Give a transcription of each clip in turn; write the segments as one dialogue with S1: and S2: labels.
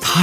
S1: 他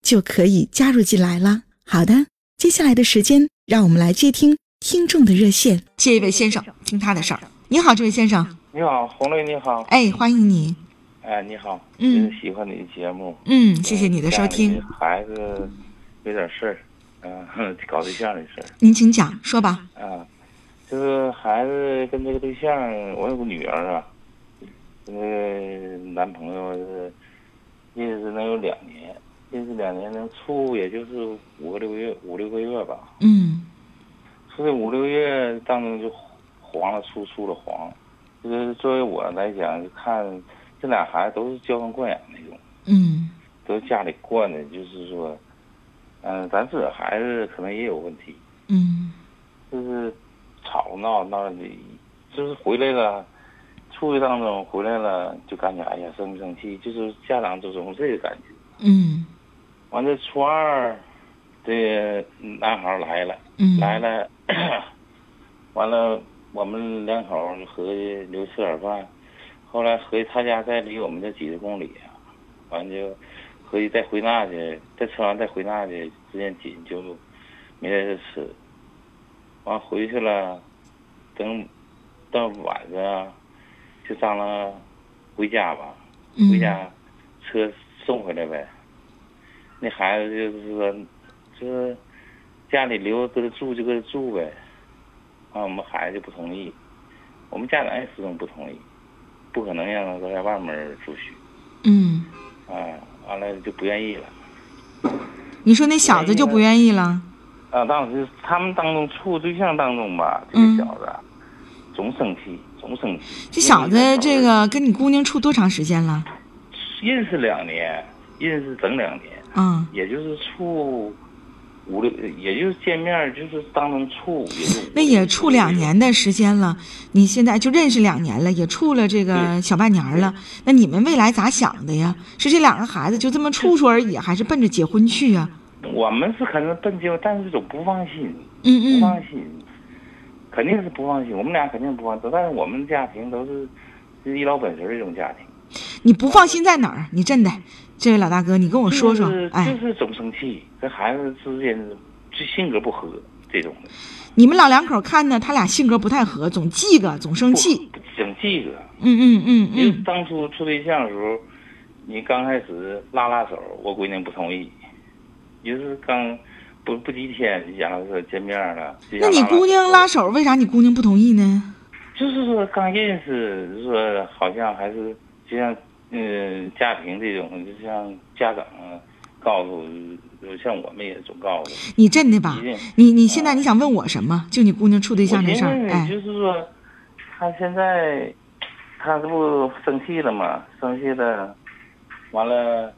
S2: 就可以加入进来了。好的，接下来的时间，让我们来接听听众的热线。这位先生，听他的事儿。你好，这位先生，
S3: 你好，红雷，你好，
S2: 哎，欢迎你。
S3: 哎，你好，
S2: 嗯
S3: 真喜欢你的节目，
S2: 嗯，谢谢你的收
S3: 家
S2: 听
S3: 里。孩子有点事儿，嗯、 搞对象的事儿
S2: 您请讲，说吧。
S3: 啊，这个孩子跟这个对象，我有个女儿啊，这个男朋友是认识能有两年，认识两年能处也就是五个六个月，五六个月吧，
S2: 嗯
S3: 处这五六个月当中就黄了，处处了黄，就是作为我来讲，就看这俩孩子都是娇生惯养那种。
S2: 嗯
S3: 都家里惯的，就是说，嗯、咱自个儿孩子可能也有问题，
S2: 嗯
S3: 就是吵闹闹的，就是回来了，出去当中回来了，就感觉哎呀生不生气，就是家长就总是这个感觉。
S2: 嗯
S3: 完这初二，这男孩儿来了，
S2: 嗯，
S3: 来 了，完了我们两口儿就合计留吃点饭，后来合计他家在离我们这几十公里啊，完就合计再回那去，再吃完再回那去，时间紧就没在这吃，完回去了，等到晚上啊就商量回家吧，
S2: 嗯
S3: 回家车送回来呗。那孩子就是说，就是家里留搁这住就搁这住呗。啊，我们孩子就不同意，我们家长也始终不同意，不可能让他在外面住去
S2: 嗯。嗯，
S3: 啊。完了就不愿意了。
S2: 你说那小子就不愿意了。
S3: 啊，当时他们当中处对象当中吧，这个
S2: 嗯
S3: 小子啊、总生气，总生气。
S2: 这小子这个跟你姑娘处多长时间了？
S3: 认识两年，认识整两年。
S2: 啊，
S3: 也就是处五六，也就是见面儿就是当中处，也就五六
S2: 那也处两。年的时间了，你现在就认识两年了，也处了这个小半年儿了。那你们未来咋想的呀？是这两个孩子就这么处处而已，还是奔着结婚去啊呀、
S3: 我们是可能奔结婚，但是总不放心，不
S2: 嗯
S3: 放
S2: 嗯
S3: 心，肯定是不放心。我们俩肯定不放心，但是我们家庭都是是一老本事的一种家庭。
S2: 你不放心在哪儿？你真的，这位老大哥，你跟我说说
S3: 就是，就
S2: 哎，
S3: 是总生气，跟孩子之间就性格不合这种的，
S2: 你们老两口看呢，他俩性格不太合，总记个，总生
S3: 不
S2: 气。
S3: 不整这个。
S2: 嗯嗯
S3: 因为
S2: 嗯
S3: 当初处对象的时候，你刚开始拉拉手，我闺女不同意，于是刚不不几天，然后说见面了。
S2: 嗯。那你姑娘拉手，为啥你姑娘不同意呢？
S3: 就是说刚认识，就是说好像还是就像嗯、家庭这种，就像家长啊告诉，就像我们也总告诉。
S2: 你真的吧
S3: 一定？
S2: 你你现在你想问我什么？就你姑娘处对
S3: 我
S2: 象这
S3: 寻
S2: 事儿，
S3: 思
S2: 哎，
S3: 就是说，他现在他这不生气了吗？生气了，完了，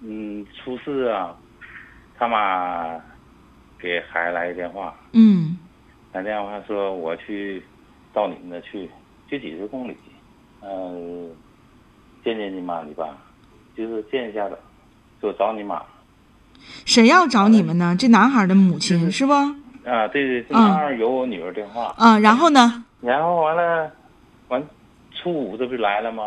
S3: 嗯，出事啊，他妈给孩子来个电话，
S2: 嗯
S3: 来电话说我去到你们那去，就几十公里，嗯、见见你妈你爸，就是见一下子，说找你妈。
S2: 谁要找你们呢？这男孩的母亲是不？
S3: 啊，对对，这
S2: 嗯
S3: 男二有我女儿电话。
S2: 啊，然后呢？
S3: 然后完了，完初五这不是来了吗？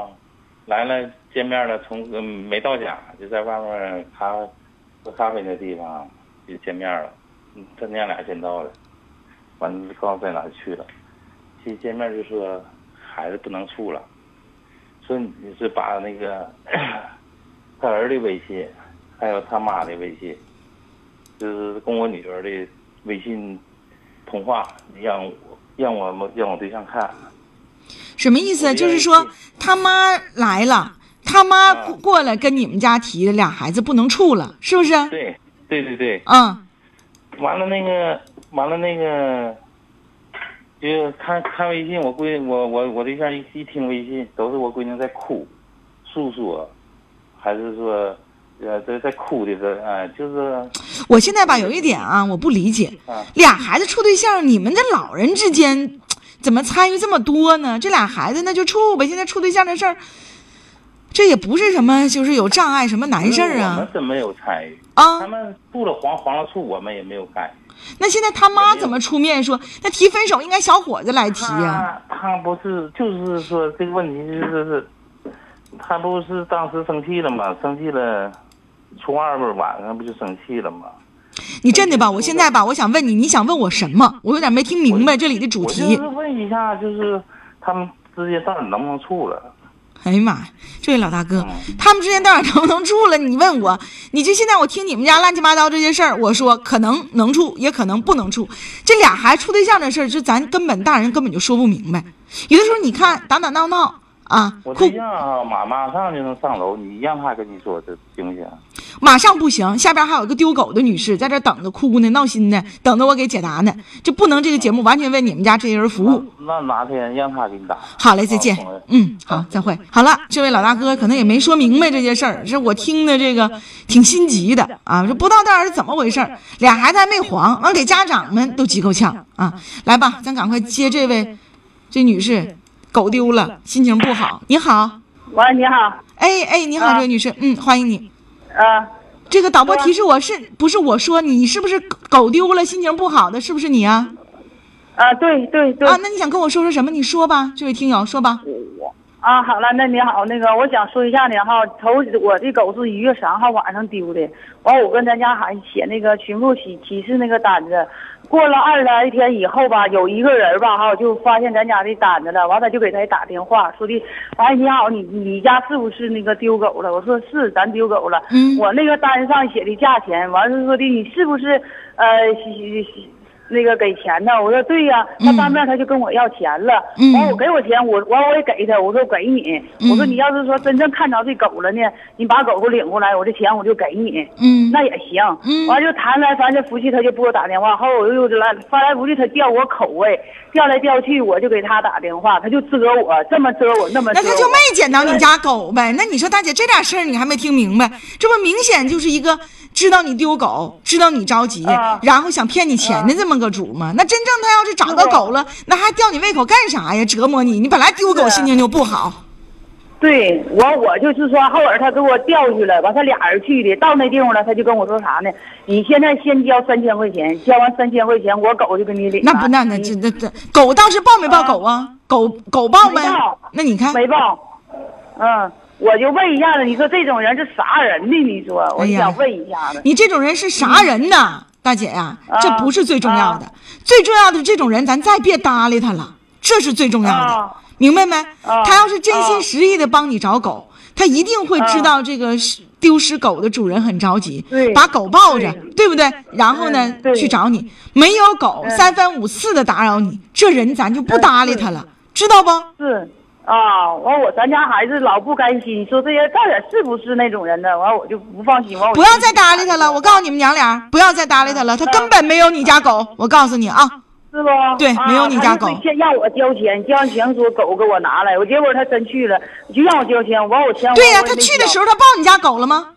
S3: 来了见面了，从、嗯、没到家就在外面咖喝咖啡那地方就见面了。嗯他娘俩先到的，完了就告诉在哪儿去了。去见面就说孩子不能处了，说你是把那 个他儿的微信，还有他妈的微信，就是跟我女儿的微信通话，让我让我们让我对象看。
S2: 什么意思？
S3: 我
S2: 就是
S3: 愿意
S2: 说
S3: 去
S2: 他妈来了，他妈
S3: 啊
S2: 过过来跟你们家提俩孩子不能处了，是不是？
S3: 对对对对，
S2: 嗯，
S3: 完了那个，完了那个，就看看微信，我闺我我我对象一一听微信，都是我闺女在哭，诉说，还是说，呃，在在哭的这，哎、就是
S2: 我现在吧有一点啊，我不理解，
S3: 啊，
S2: 俩孩子处对象，你们这老人之间怎么参与这么多呢？这俩孩子那就处呗，现在处对象这事儿，这也不是什么就是有障碍什么难事儿
S3: 我
S2: 啊
S3: 们真没有参与，他
S2: 啊！
S3: 们住了黄黄了处，我们也没有干。
S2: 那现在他妈怎么出面说？那提分手应该小伙子来提啊呀、
S3: 他他不是就是说这个问题就是是，他不是当时生气了吗？生气了，初二不是晚上不就生气了吗？
S2: 你真的吧？我现在吧，我想问你，你想问我什么？我有点没听明白这里的主
S3: 我就
S2: 题
S3: 是。问一下，就是他们之间到底能不能处了？
S2: 哎呀妈呀，这位老大哥
S3: 嗯，
S2: 他们之间到底能不能处了？你问我，你就现在我听你们家乱七八糟这些事儿，我说可能能处，也可能不能处。这俩孩子处对象这事儿，就咱根本大人根本就说不明白。有的时候你看打打闹闹啊，
S3: 我
S2: 哭
S3: 对象啊，马马上就能上楼，你让他跟你说，这行不行？
S2: 马上不行，下边还有一个丢狗的女
S3: 嗯
S2: 士在这等着哭呢、闹心呢，等着我给解答呢。这不能这个节目完全为你们家这些人服务。
S3: 那那哪天让他给你
S2: 嗯
S3: 打？啊
S2: 好嘞，再见
S3: 好好嘞。
S2: 嗯，好，再会。好了，这位老大哥可能也没说明白这些事儿，这我听的这个挺心急的啊，这不知道到底是怎么回事儿。俩孩子还没黄，完、给家长们都急够呛啊。来吧，咱赶快接这位这女士，狗丢了，心情不好。你好，
S4: 喂，你好，
S2: 哎哎，你好，
S4: 啊
S2: 这位女士，嗯，欢迎你。
S4: 呃，
S2: 这个导播提示我是不是我说你是不是狗丢了，心情不好的，是不是你啊？
S4: 啊，对对对，
S2: 啊，那你想跟我说说什么？你说吧，这位听友说吧。
S4: 啊，好了，那你好，那个我想说一下呢哈，头我的狗是一月三号晚上丢的，完我跟咱家孩子写那个寻父启启事那个单子，过了二十来天以后吧，有一个人吧哈就发现咱家的单子了，完他就给他打电话说的，哎你好，你你家是不是那个丢狗了？我说是，咱丢狗了。
S2: 嗯
S4: 我那个单上写的价钱，完是说的你是不是呃喜喜那个给钱呢？我说对呀、他
S2: 嗯
S4: 当面他就跟我要钱了，
S2: 嗯
S4: 完我给我钱，我完我也给他，我说我给你，我说
S2: 嗯
S4: 你要是说真正看着这狗了呢，你把狗给我领过来，我这钱我就给你，
S2: 嗯
S4: 那也行。
S2: 嗯
S4: 完了就谈来谈去，夫妻他就给我打电话，后来我又来翻来覆去，他吊我口味，吊来吊去，我就给他打电话，他就蛰我，这么蛰我，那么蛰
S2: 那
S4: 我。
S2: 他就没捡到你家狗呗？那你说大姐这点事儿你还没听明白，这不明显就是一个知道你丢狗，知道你着急，
S4: 啊
S2: 然后想骗你钱的这么个主吗？那真正他要是找到狗了，那还吊你胃口干啥呀？折磨你，你本来丢狗
S4: 是
S2: 心情就不好。
S4: 对我，我就是说，后边他给我调去了，完他俩人去的，到那地方了，他就跟我说啥呢？你现在先交三千块钱，交完三千块钱，我狗就给你领了。
S2: 那不那那
S4: 你
S2: 这这这狗倒是抱没抱狗啊？狗狗抱没
S4: 没抱？
S2: 那你看，
S4: 没报。嗯，我就问一下子，你说这种人是啥人呢？你说，我
S2: 哎
S4: 就
S2: 呀
S4: 想问一下子。
S2: 你这种人是啥人呢？大姐呀、
S4: 啊
S2: 这不是最重要的，最重要的是这种人咱再别搭理他了，这是最重要的，
S4: 啊
S2: 明白没？
S4: 啊
S2: 他要是真心实意的帮你找狗，他一定会知道这个是丢失狗的主人很着急
S4: 啊对，
S2: 把狗抱着，
S4: 对
S2: 对不对？然后呢
S4: 嗯，对嗯
S2: 去找你，没有狗三番五次的打扰你，这人咱就不搭理他
S4: 嗯
S2: 了，知道不？
S4: 是啊，完我咱家孩子老不甘心，说这些到底是不是那种人呢？完我就不放心，完我
S2: 不
S4: 就嗯
S2: 要再搭理他了，我告诉你们娘俩儿，不要再搭理他了，他根本没有你家狗，我告诉你啊。
S4: 是不？
S2: 对
S4: 啊
S2: 没有你家狗
S4: 他就会先让我交钱，交完钱说狗给我拿来，我结果他真去了，就让我交钱，完我钱我
S2: 对呀、
S4: 啊我也
S2: 他
S4: 没
S2: 去的
S4: 交
S2: 时候他抱你家狗了吗？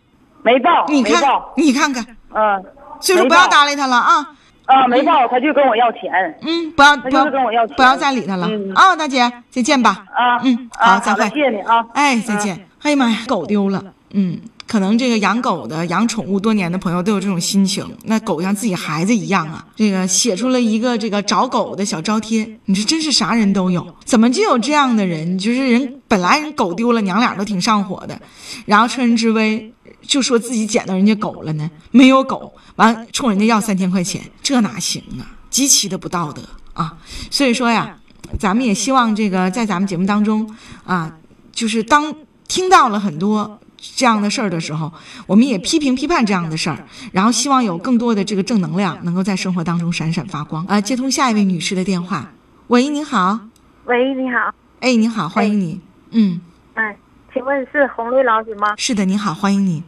S4: 没报，
S2: 你
S4: 没
S2: 看
S4: 报，，
S2: 你看看，
S4: 嗯，
S2: 所以说
S4: 没
S2: 不要
S4: 报
S2: 搭理他了啊，
S4: 啊，没报，他就跟我要钱
S2: 嗯，不要不
S4: 他就是跟我
S2: 要
S4: 要钱
S2: 不要再理他了
S4: 嗯
S2: 啊，大姐，再见吧，
S4: 啊，
S2: 嗯，
S4: 啊，
S2: 再
S4: 好的
S2: 会，
S4: 谢谢你啊，
S2: 哎，再见，哎呀妈呀，狗丢了，嗯。可能这个养狗的、养宠物多年的朋友都有这种心情，那狗像自己孩子一样啊。这个写出了一个这个找狗的小招贴，你说真是啥人都有，怎么就有这样的人？就是人本来人狗丢了，娘俩都挺上火的，然后趁人之危就说自己捡到人家狗了呢，没有狗，完冲人家要三千块钱，这哪行啊？极其的不道德啊！所以说呀，咱啊们也希望这个在咱们节目当中啊，就是当听到了很多这样的事儿的时候，我们也批评批判这样的事儿，然后希望有更多的这个正能量能够在生活当中闪闪发光啊、接通下一位女士的电话，喂，您好，
S5: 喂，你好，
S2: 哎，您好，欢迎你，嗯，
S5: 嗯，请问是红瑞老师吗？
S2: 是的，您好，欢迎你，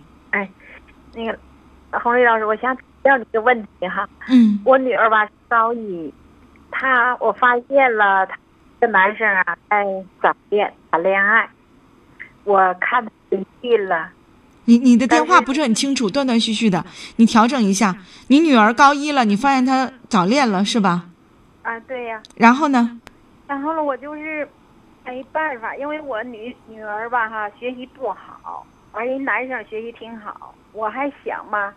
S5: 那个呃红瑞老师，我想请教你个问题哈。
S2: 嗯
S5: 我女儿吧，高一，她我发现了她这男生啊在早恋谈恋爱，我看她生气了。
S2: 你你的
S5: 但
S2: 电话
S5: 是
S2: 不是很清楚，断断续续的，你调整一下。你女儿高一了，你发现她早恋了是吧？
S5: 啊，对呀、
S2: 然后呢？
S5: 然后呢，我就是没办法，因为我女女儿吧哈，学习不好，而人男生学习挺好。我还想吧，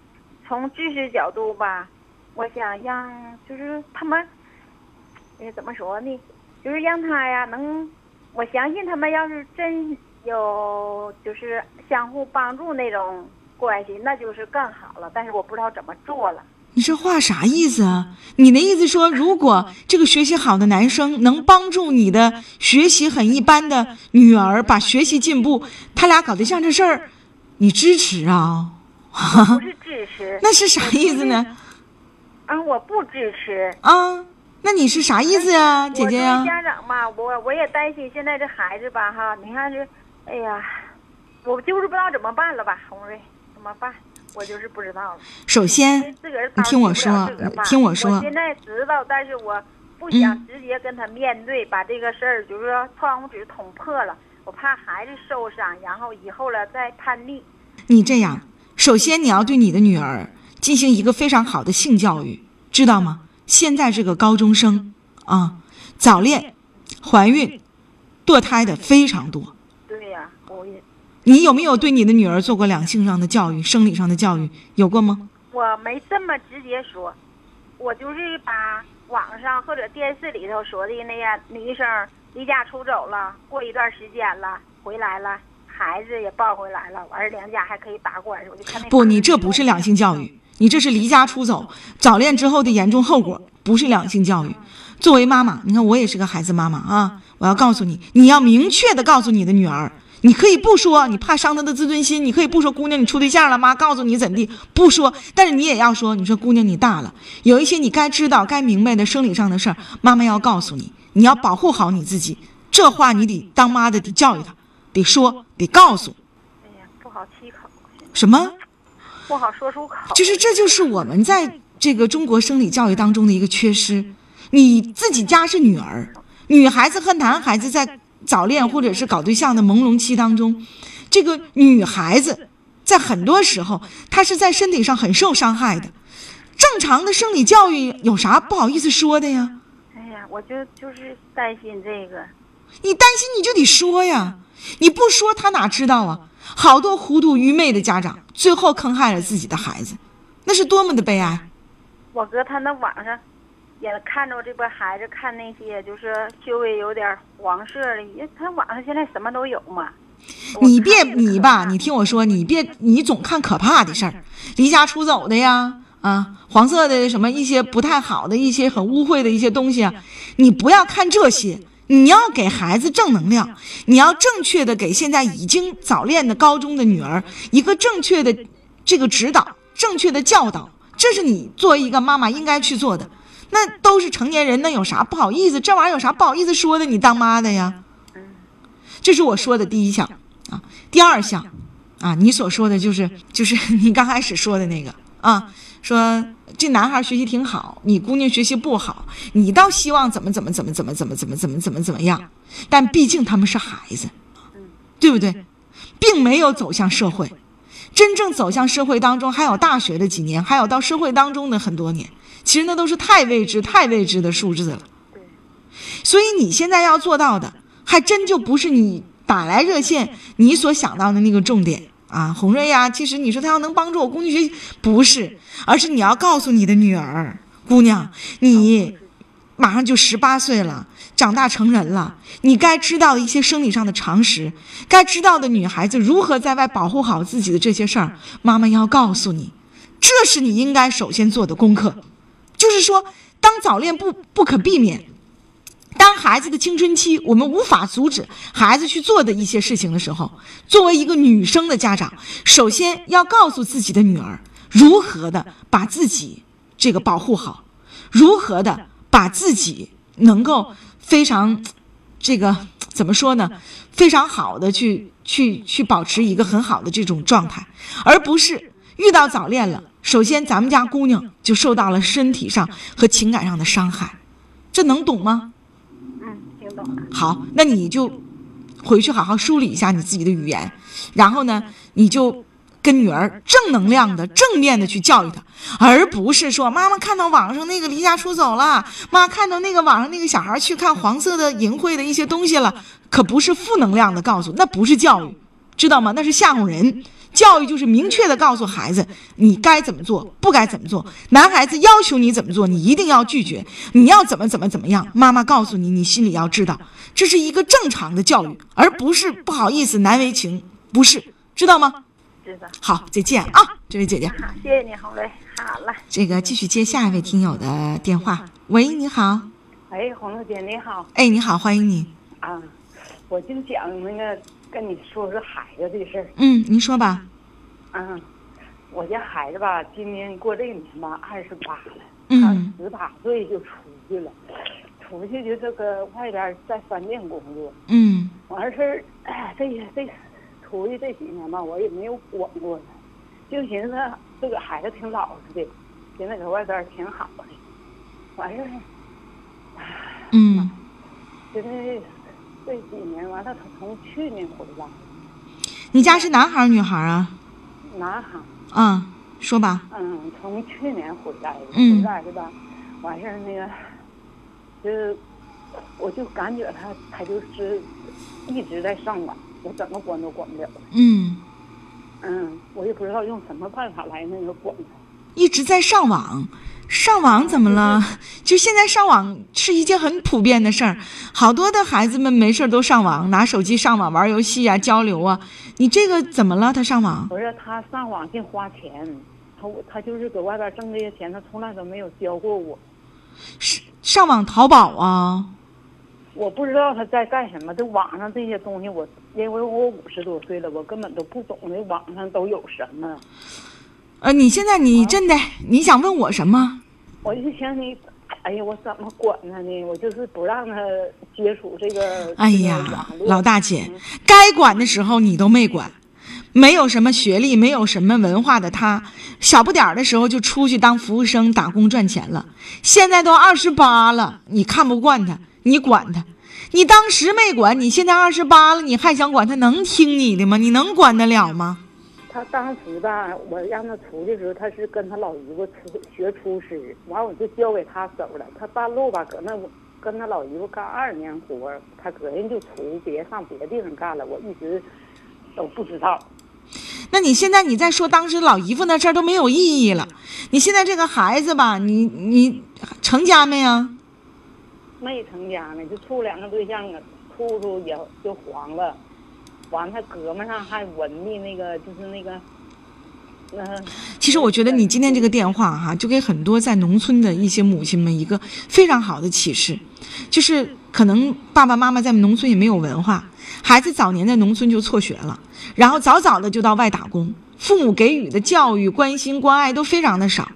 S5: 从知识角度吧，我想让就是他们，哎怎么说呢，就是让他呀能，我相信他们要是真有就是相互帮助那种关系，那就是更好了。但是我不知道怎么做了。
S2: 你这话啥意思啊？你的意思说，如果这个学习好的男生能帮助你的学习很一般的女儿把学习进步，他俩搞对象这事儿，你支持啊？，
S5: 不是支持
S2: 那是啥意思呢？
S5: 啊，我不支持。
S2: 啊，那你是啥意思呀、姐姐呀、
S5: 我作为家长吧，我我也担心现在这孩子吧，哈，你看是，哎呀，我就是不知道怎么办了吧，红瑞，怎么办？我就是不知道了。
S2: 首先，
S5: 自个儿操
S2: 哎你听我
S5: 心不了
S2: 说
S5: 自个儿，办
S2: 听我说，嗯
S5: 我现在知道，但是我不想直接跟他面对，把这个事儿就是说窗户纸捅破了，我怕孩子受伤，然后以后了再叛逆。
S2: 你这样，首先你要对你的女儿进行一个非常好的性教育，知道吗？现在这个高中生啊，早恋、怀孕、堕胎的非常多。
S5: 对呀、我也
S2: 你有没有对你的女儿做过两性上的教育、生理上的教育？有过吗？
S5: 我没这么直接说，我就是把网上或者电视里头说的那样，女生离家出走了，过一段时间了，回来了，孩子也抱回来了，完事儿两家还可以打官司，我就看那
S2: 不，你这不是两性教育，你这是离家出走、早恋之后的严重后果，不是两性教育。作为妈妈，你看我也是个孩子妈妈啊，我要告诉你，你要明确的告诉你的女儿，你可以不说，你怕伤她的自尊心，你可以不说姑娘你处对象了，妈告诉你怎地，不说，但是你也要说，你说姑娘你大了，有一些你该知道、该明白的生理上的事儿，妈妈要告诉你，你要保护好你自己，这话你得当妈的得教育她，得说，得告诉，
S5: 哎呀，不好启口，
S2: 什么？
S5: 不好说出口。
S2: 就是这就是我们在这个中国生理教育当中的一个缺失。你自己家是女儿，女孩子和男孩子在早恋或者是搞对象的朦胧期当中，这个女孩子在很多时候她是在身体上很受伤害的。正常的生理教育有啥不好意思说的呀？
S5: 哎呀，我就就是担心这个。
S2: 你担心你就得说呀，你不说他哪知道啊？好多糊涂愚昧的家长最后坑害了自己的孩子，那是多么的悲哀！
S5: 我搁他那网上也看着这波孩子看那些就是稍微有点黄色的，因为他网上现在什么都有嘛。我
S2: 你
S5: 看
S2: 别
S5: 着可
S2: 你吧，
S5: 怕
S2: 你听我说，你别你总看可怕的事
S5: 嗯
S2: 儿，离家出走的呀，啊，黄色的什么一些不太好的一些很污秽的一些东西啊，你不要看这些，你要给孩子正能量，你要正确的给现在已经早恋的高中的女儿一个正确的这个指导，正确的教导，这是你作为一个妈妈应该去做的。那都是成年人，那有啥不好意思？这玩意儿有啥不好意思说的？你当妈的呀？这是我说的第一项啊。第二项啊，你所说的就是就是 你刚开始说的那个啊，说这男孩学习挺好，你姑娘学习不好，你倒希望怎么怎么怎么怎么怎么怎么怎么怎么怎么样，但毕竟他们是孩子，对不对？并没有走向社会。真正走向社会当中，还有大学的几年，还有到社会当中的很多年，其实那都是太未知、太未知的数字了。所以你现在要做到的，还真就不是你打来热线你所想到的那个重点啊，红瑞呀、其实你说他要能帮助我姑娘学习，不是，而是你要告诉你的女儿，姑娘，你马上就十八岁了，长大成人了，你该知道一些生理上的常识，该知道的女孩子如何在外保护好自己的这些事儿，妈妈要告诉你，这是你应该首先做的功课。就是说，当早恋不不可避免，当孩子的青春期，我们无法阻止孩子去做的一些事情的时候，作为一个女生的家长，首先要告诉自己的女儿如何的把自己这个保护好，如何的把自己能够非常这个怎么说呢？非常好的去去去保持一个很好的这种状态，而不是遇到早恋了，首先咱们家姑娘就受到了身体上和情感上的伤害，这能懂吗？
S5: 嗯，听懂了。
S2: 好，那你就回去好好梳理一下你自己的语言，然后呢，你就跟女儿正能量的、正面的去教育她，而不是说妈妈看到网上那个离家出走了，妈看到那个网上那个小孩去看黄色的淫秽的一些东西了，可不是负能量的告诉，那不是教育，知道吗？那是吓唬人。教育就是明确的告诉孩子你该怎么做，不该怎么做。男孩子要求你怎么做，你一定要拒绝。你要怎么怎么怎么样，妈妈告诉你，你心里要知道，这是一个正常的教育，而不是不好意思难为情，不是，知道吗？
S5: 知道。
S2: 好，再见啊，这位姐姐。
S5: 好，谢谢你，红雷。好了。
S2: 这个继续接下一位听友的电话。喂，你好，
S4: 哎，红豆姐你好
S2: 哎，你好，欢迎你。
S4: 啊，我就想那个跟你说说孩子的事儿。
S2: 嗯，您说吧。
S4: 嗯，我家孩子吧，今年过这个年吧，二十八了，
S2: 嗯
S4: 十八岁就出去了，出去就这个外边儿在饭店工作。
S2: 嗯
S4: 完事儿，哎，这也这出去这几年吧，我也没有管过他，就寻思这个孩子挺老实的，寻思搁外边儿挺好的。完事儿，
S2: 嗯，
S4: 就是这几年完了，他从去年回来，
S2: 你家是男孩儿女孩儿啊？
S4: 男孩儿。
S2: 啊，说吧。
S4: 嗯，从去年回来的，
S2: 嗯
S4: 回来的吧，完事儿那个，就是我就感觉他他就是一直在上网，我怎么管都管不了。
S2: 嗯，
S4: 嗯，我也不知道用什么办法来那个管他。
S2: 一直在上网。上网怎么了？就现在上网是一件很普遍的事儿，好多的孩子们没事儿都上网，拿手机上网玩游戏啊、交流啊。你这个怎么了？他上网？
S4: 不是他上网净花钱，他他就是搁外边挣这些钱，他从来都没有教过我。
S2: 是上网淘宝啊？
S4: 我不知道他在干什么，这网上这些东西我，因为我五十多岁了，我根本都不懂这网上都有什么。
S2: 呃，你现在你真的你想问我什么？
S4: 我就想你，哎呀，我怎么管他呢？我就是不让他接触这个。
S2: 哎
S4: 这个
S2: 呀
S4: 网，络
S2: 老大姐，该管的时候你都没管，没有什么学历、没有什么文化的他，小不点儿的时候就出去当服务生打工赚钱了。现在都二十八了，你看不惯他，你管他。你当时没管，你现在二十八了，你还想管他，能听你的吗？你能管得了吗？
S4: 他当时吧，我让他出去的时候，他是跟他老姨夫出学厨师，完我就交给他手了。他半路吧，搁那跟他老姨夫干二年活儿，他搁人就出别上别地方干了。我一直都不知道。
S2: 那你现在你再说当时老姨夫那事儿都没有意义了。你现在这个孩子吧，你你成家没啊？
S4: 没成家呢，就处两个对象啊，处处也就黄了。完，他胳膊上还纹的那个，就是那个，嗯、
S2: 其实我觉得你今天这个电话哈、就给很多在农村的一些母亲们一个非常好的启示，就是可能爸爸妈妈在农村也没有文化，孩子早年在农村就辍学了，然后早早的就到外打工，父母给予的教育、关心、关爱都非常的少。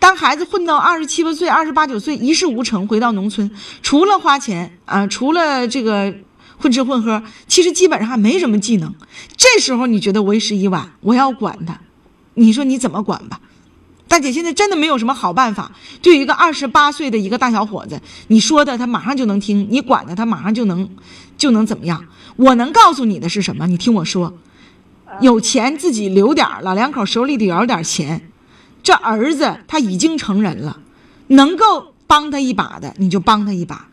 S2: 当孩子混到二十七八岁、二十八九岁一事无成，回到农村，除了花钱啊、除了这个混吃混喝，其实基本上还没什么技能。这时候你觉得为时已晚，我要管他，你说你怎么管吧？大姐现在真的没有什么好办法。对于一个二十八岁的一个大小伙子，你说的他马上就能听，你管的他马上就能就能怎么样？我能告诉你的是什么？你听我说，有钱自己留点儿，老两口手里得有点钱。这儿子他已经成人了，能够帮他一把的你就帮他一把，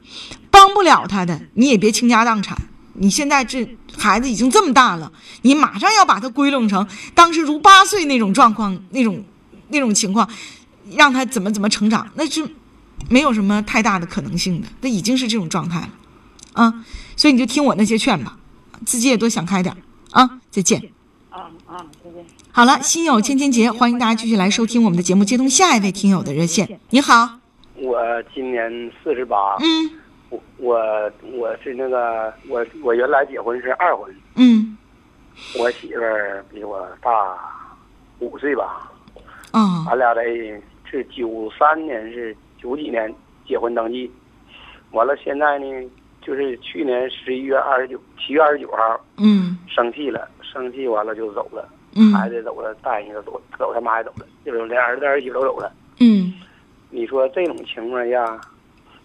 S2: 帮不了他的你也别倾家荡产。你现在这孩子已经这么大了，你马上要把他归拢成当时如八岁那种状况、那种那种情况，让他怎么怎么成长，那是没有什么太大的可能性的。那已经是这种状态了，啊，所以你就听我那些劝吧，自己也多想开点儿啊。再见。嗯
S4: 啊啊，对对。
S2: 好了，心有千千结，欢迎大家继续来收听我们的节目，接通下一位听友的热线。你好，
S6: 我今年四十八，
S2: 嗯
S6: 我我我是那个我我原来结婚是二婚，
S2: 嗯
S6: 我媳妇儿比我大五岁吧，
S2: 啊
S6: 俺俩在是九三年是九几年结婚登记，完了现在呢就是去年十一月二十九七月二十九号
S2: 嗯
S6: 生气了，生气完了就走了，
S2: 嗯
S6: 孩子走了，大人也走走他妈也走了，就是连儿子儿媳都走了。
S2: 嗯
S6: 你说这种情况下，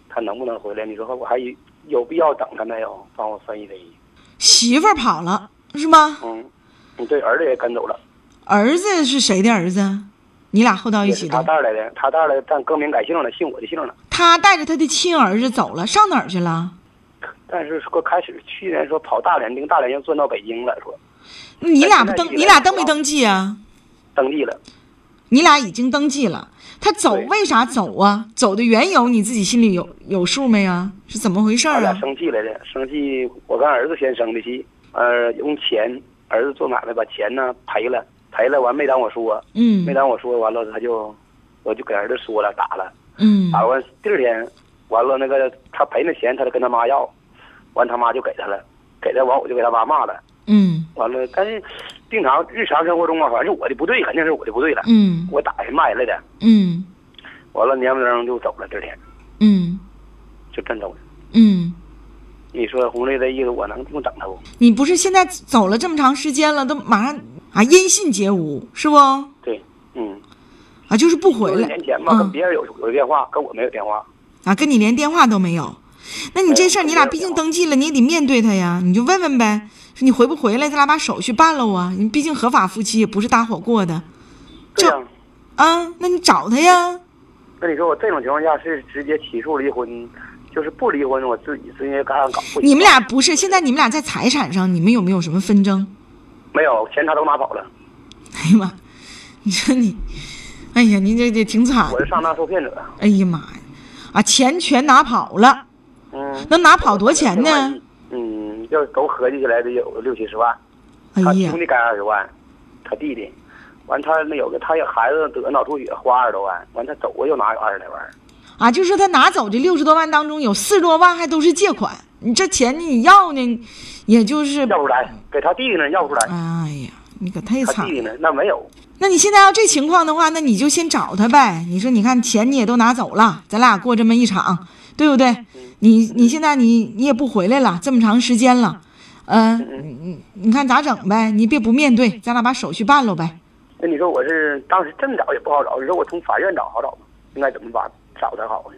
S6: 他能不能回来？你说我还有有必要等他没有？帮我分析分析。
S2: 媳妇儿跑了是吗？
S6: 嗯，你对儿子也跟走了，
S2: 儿子是谁的儿子？你俩后到一
S6: 也
S2: 起
S6: 是他
S2: 的，
S6: 带来的，他带来的，但更名改姓了，姓我的姓了。
S2: 他带着他的亲儿子走了，上哪儿去了？
S6: 但是说开始去年说跑大连，跟大连又转到北京了，说
S2: 你俩不
S6: 哎现在
S2: 登，
S6: 现在
S2: 你俩登没登记啊？
S6: 登记
S2: 嗯
S6: 了。
S2: 你俩已经登记了，他走
S6: 对
S2: 为啥走啊？走的缘由你自己心里有有数没啊？是怎么回事
S6: 俺
S2: 儿
S6: 俩
S2: 啊？
S6: 生气来的，生气我跟儿子先生的气，呃，用钱，儿子做买卖把钱呢赔了，赔了完没当我说，
S2: 嗯
S6: 没当我说，完了他就，我就给儿子说了，打了。
S2: 嗯
S6: 打完第二天，完了那个他赔那钱，他就跟他妈要，完他妈就给他了，给他完我就给他妈骂了，
S2: 嗯
S6: 完了，但是平常日常生活中啊，反正我的不对，肯定是我的不对了，
S2: 嗯
S6: 我打人骂人来的，
S2: 嗯
S6: 完了蔫不楞就走了，这天
S2: 嗯
S6: 就真走了。
S2: 嗯，
S6: 你说红瑞这意思，我能这么整他不？
S2: 你不是现在走了这么长时间了，都马上啊音信皆无是不？啊，
S6: 对，嗯，
S2: 就是不
S6: 多
S2: 回
S6: 少
S2: 来
S6: 年前吧，跟
S2: 嗯
S6: 别人有有电话，跟我没有电话。
S2: 啊，跟你连电话都没有。那你这事儿你俩毕竟登记了，你也得面对他呀，你就问问呗，说你回不回来，咱俩把手续办了啊。你毕竟合法夫妻，也不是搭伙过的
S6: 对呀、
S2: 啊，那你找他呀。
S6: 那你说我这种情况下是直接起诉离婚，就是不离婚，我自己直接干搞。不行
S2: 你们俩不是现在你们俩在财产上，你们有没有什么纷争？
S6: 没有钱，他都拿跑了，
S2: 哎呀妈，你说你，哎呀，你这这挺惨
S6: 我。是上当受骗者。
S2: 哎呀妈呀，啊，钱全拿跑了，
S6: 嗯，
S2: 能拿跑多少钱呢？？
S6: 嗯，要都合计起来得有六七十万。
S2: 哎
S6: 他
S2: 呀
S6: 兄，弟该二十万，他弟弟，完他那有个他也孩子得脑出血花二十多万，完他走过又拿有二十来万，
S2: 啊，就是他拿走这六十多万当中有四十多万还都是借款，你这钱你要呢，也就是，
S6: 要不来给他弟弟那要不出来，
S2: 哎呀，你可太
S6: 他
S2: 惨
S6: 弟弟
S2: 了。
S6: 呢那没有，
S2: 那你现在要这情况的话，那你就先找他呗。你说，你看钱你也都拿走了，咱俩过这么一场，对不
S6: 嗯
S2: 对？你你现在你你也不回来了，这么长时间了，嗯、你你看咋整呗？你别不面对，咱俩把手续办了呗。
S6: 那你说我是当时这么找也不好找，你说我从法院找好找吗？应该怎么把找他好呢？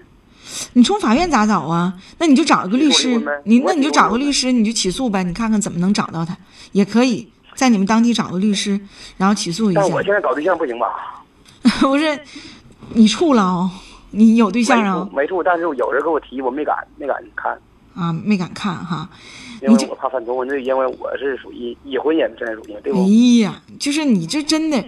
S2: 你冲法院咋找啊？那你就找一个律
S6: 起诉
S2: 师
S6: 离婚呗，
S2: 你
S6: 我
S2: 那你就
S6: 起诉
S2: 找个
S6: 离婚
S2: 律师，你就起诉呗，你看看怎么能找到他，也可以在你们当地找个律师，然后起诉一下
S6: 但。我现在搞对象不行吧？
S2: 不是，你处了哦，你有对象
S6: 没
S2: 啊、
S6: 处没处，但是有人给我提，我没敢没敢看，
S2: 啊，没敢看哈。
S6: 因
S2: 你
S6: 为
S2: 这
S6: 我怕犯错，这因为我是属于已婚人，现在属于对不？
S2: 哎呀，就是你这真的，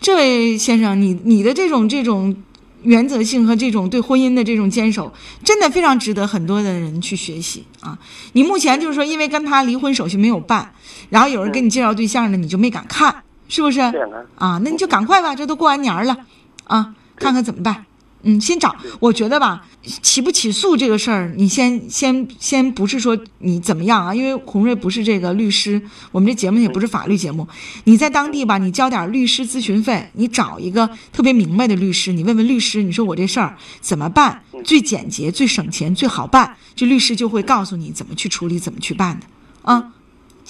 S2: 这位先生，你你的这种这种原则性和这种对婚姻的这种坚守，真的非常值得很多的人去学习啊！你目前就是说，因为跟他离婚手续没有办，然后有人给你介绍对象呢，你就没敢看，是不是？
S6: 这样啊，
S2: 啊，那你就赶快吧，这都过完年儿了，啊，看看怎么办。嗯，先找，我觉得吧，起不起诉这个事儿，你先先先不是说你怎么样啊，因为红瑞不是这个律师，我们这节目也不是法律节目，你在当地吧，你交点律师咨询费，你找一个特别明白的律师，你问问律师，你说我这事儿怎么办，最简洁、最省钱、最好办，这律师就会告诉你怎么去处理、怎么去办的啊。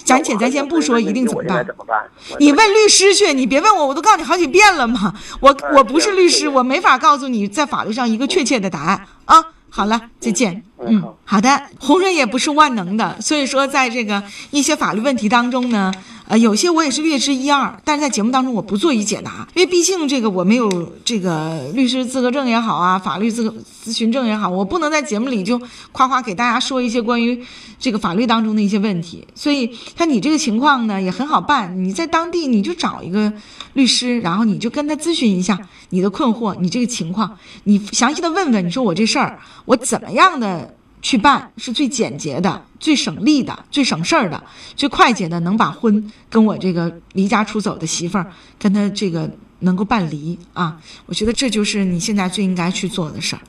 S2: 暂且咱先不说一定怎么
S6: 我现在
S2: 办，
S6: 怎么办？我
S2: 你问律师去，你别问我，我都告诉你好几遍了嘛。我
S6: 嗯
S2: 我不是律
S6: 对
S2: 师，
S6: 对
S2: 我没法告诉你在法律上一个确切的答案啊。好了，再见。
S6: 嗯
S2: 嗯
S6: 好，
S2: 好的。红人也不是万能的，所以说在这个一些法律问题当中呢，呃，有些我也是略知一二，但是在节目当中我不做以解答，因为毕竟这个我没有这个律师资格证也好啊，法律资格咨询证也好，我不能在节目里就夸夸给大家说一些关于这个法律当中的一些问题。所以，像你这个情况呢，也很好办，你在当地你就找一个律师，然后你就跟他咨询一下你的困惑，你这个情况，你详细的问问，你说我这事儿我怎么样的去办是最简洁的、最省力的、最省事儿的、最快捷的，能把婚跟我这个离家出走的媳妇儿跟他这个能够办离啊，我觉得这就是你现在最应该去做的事儿。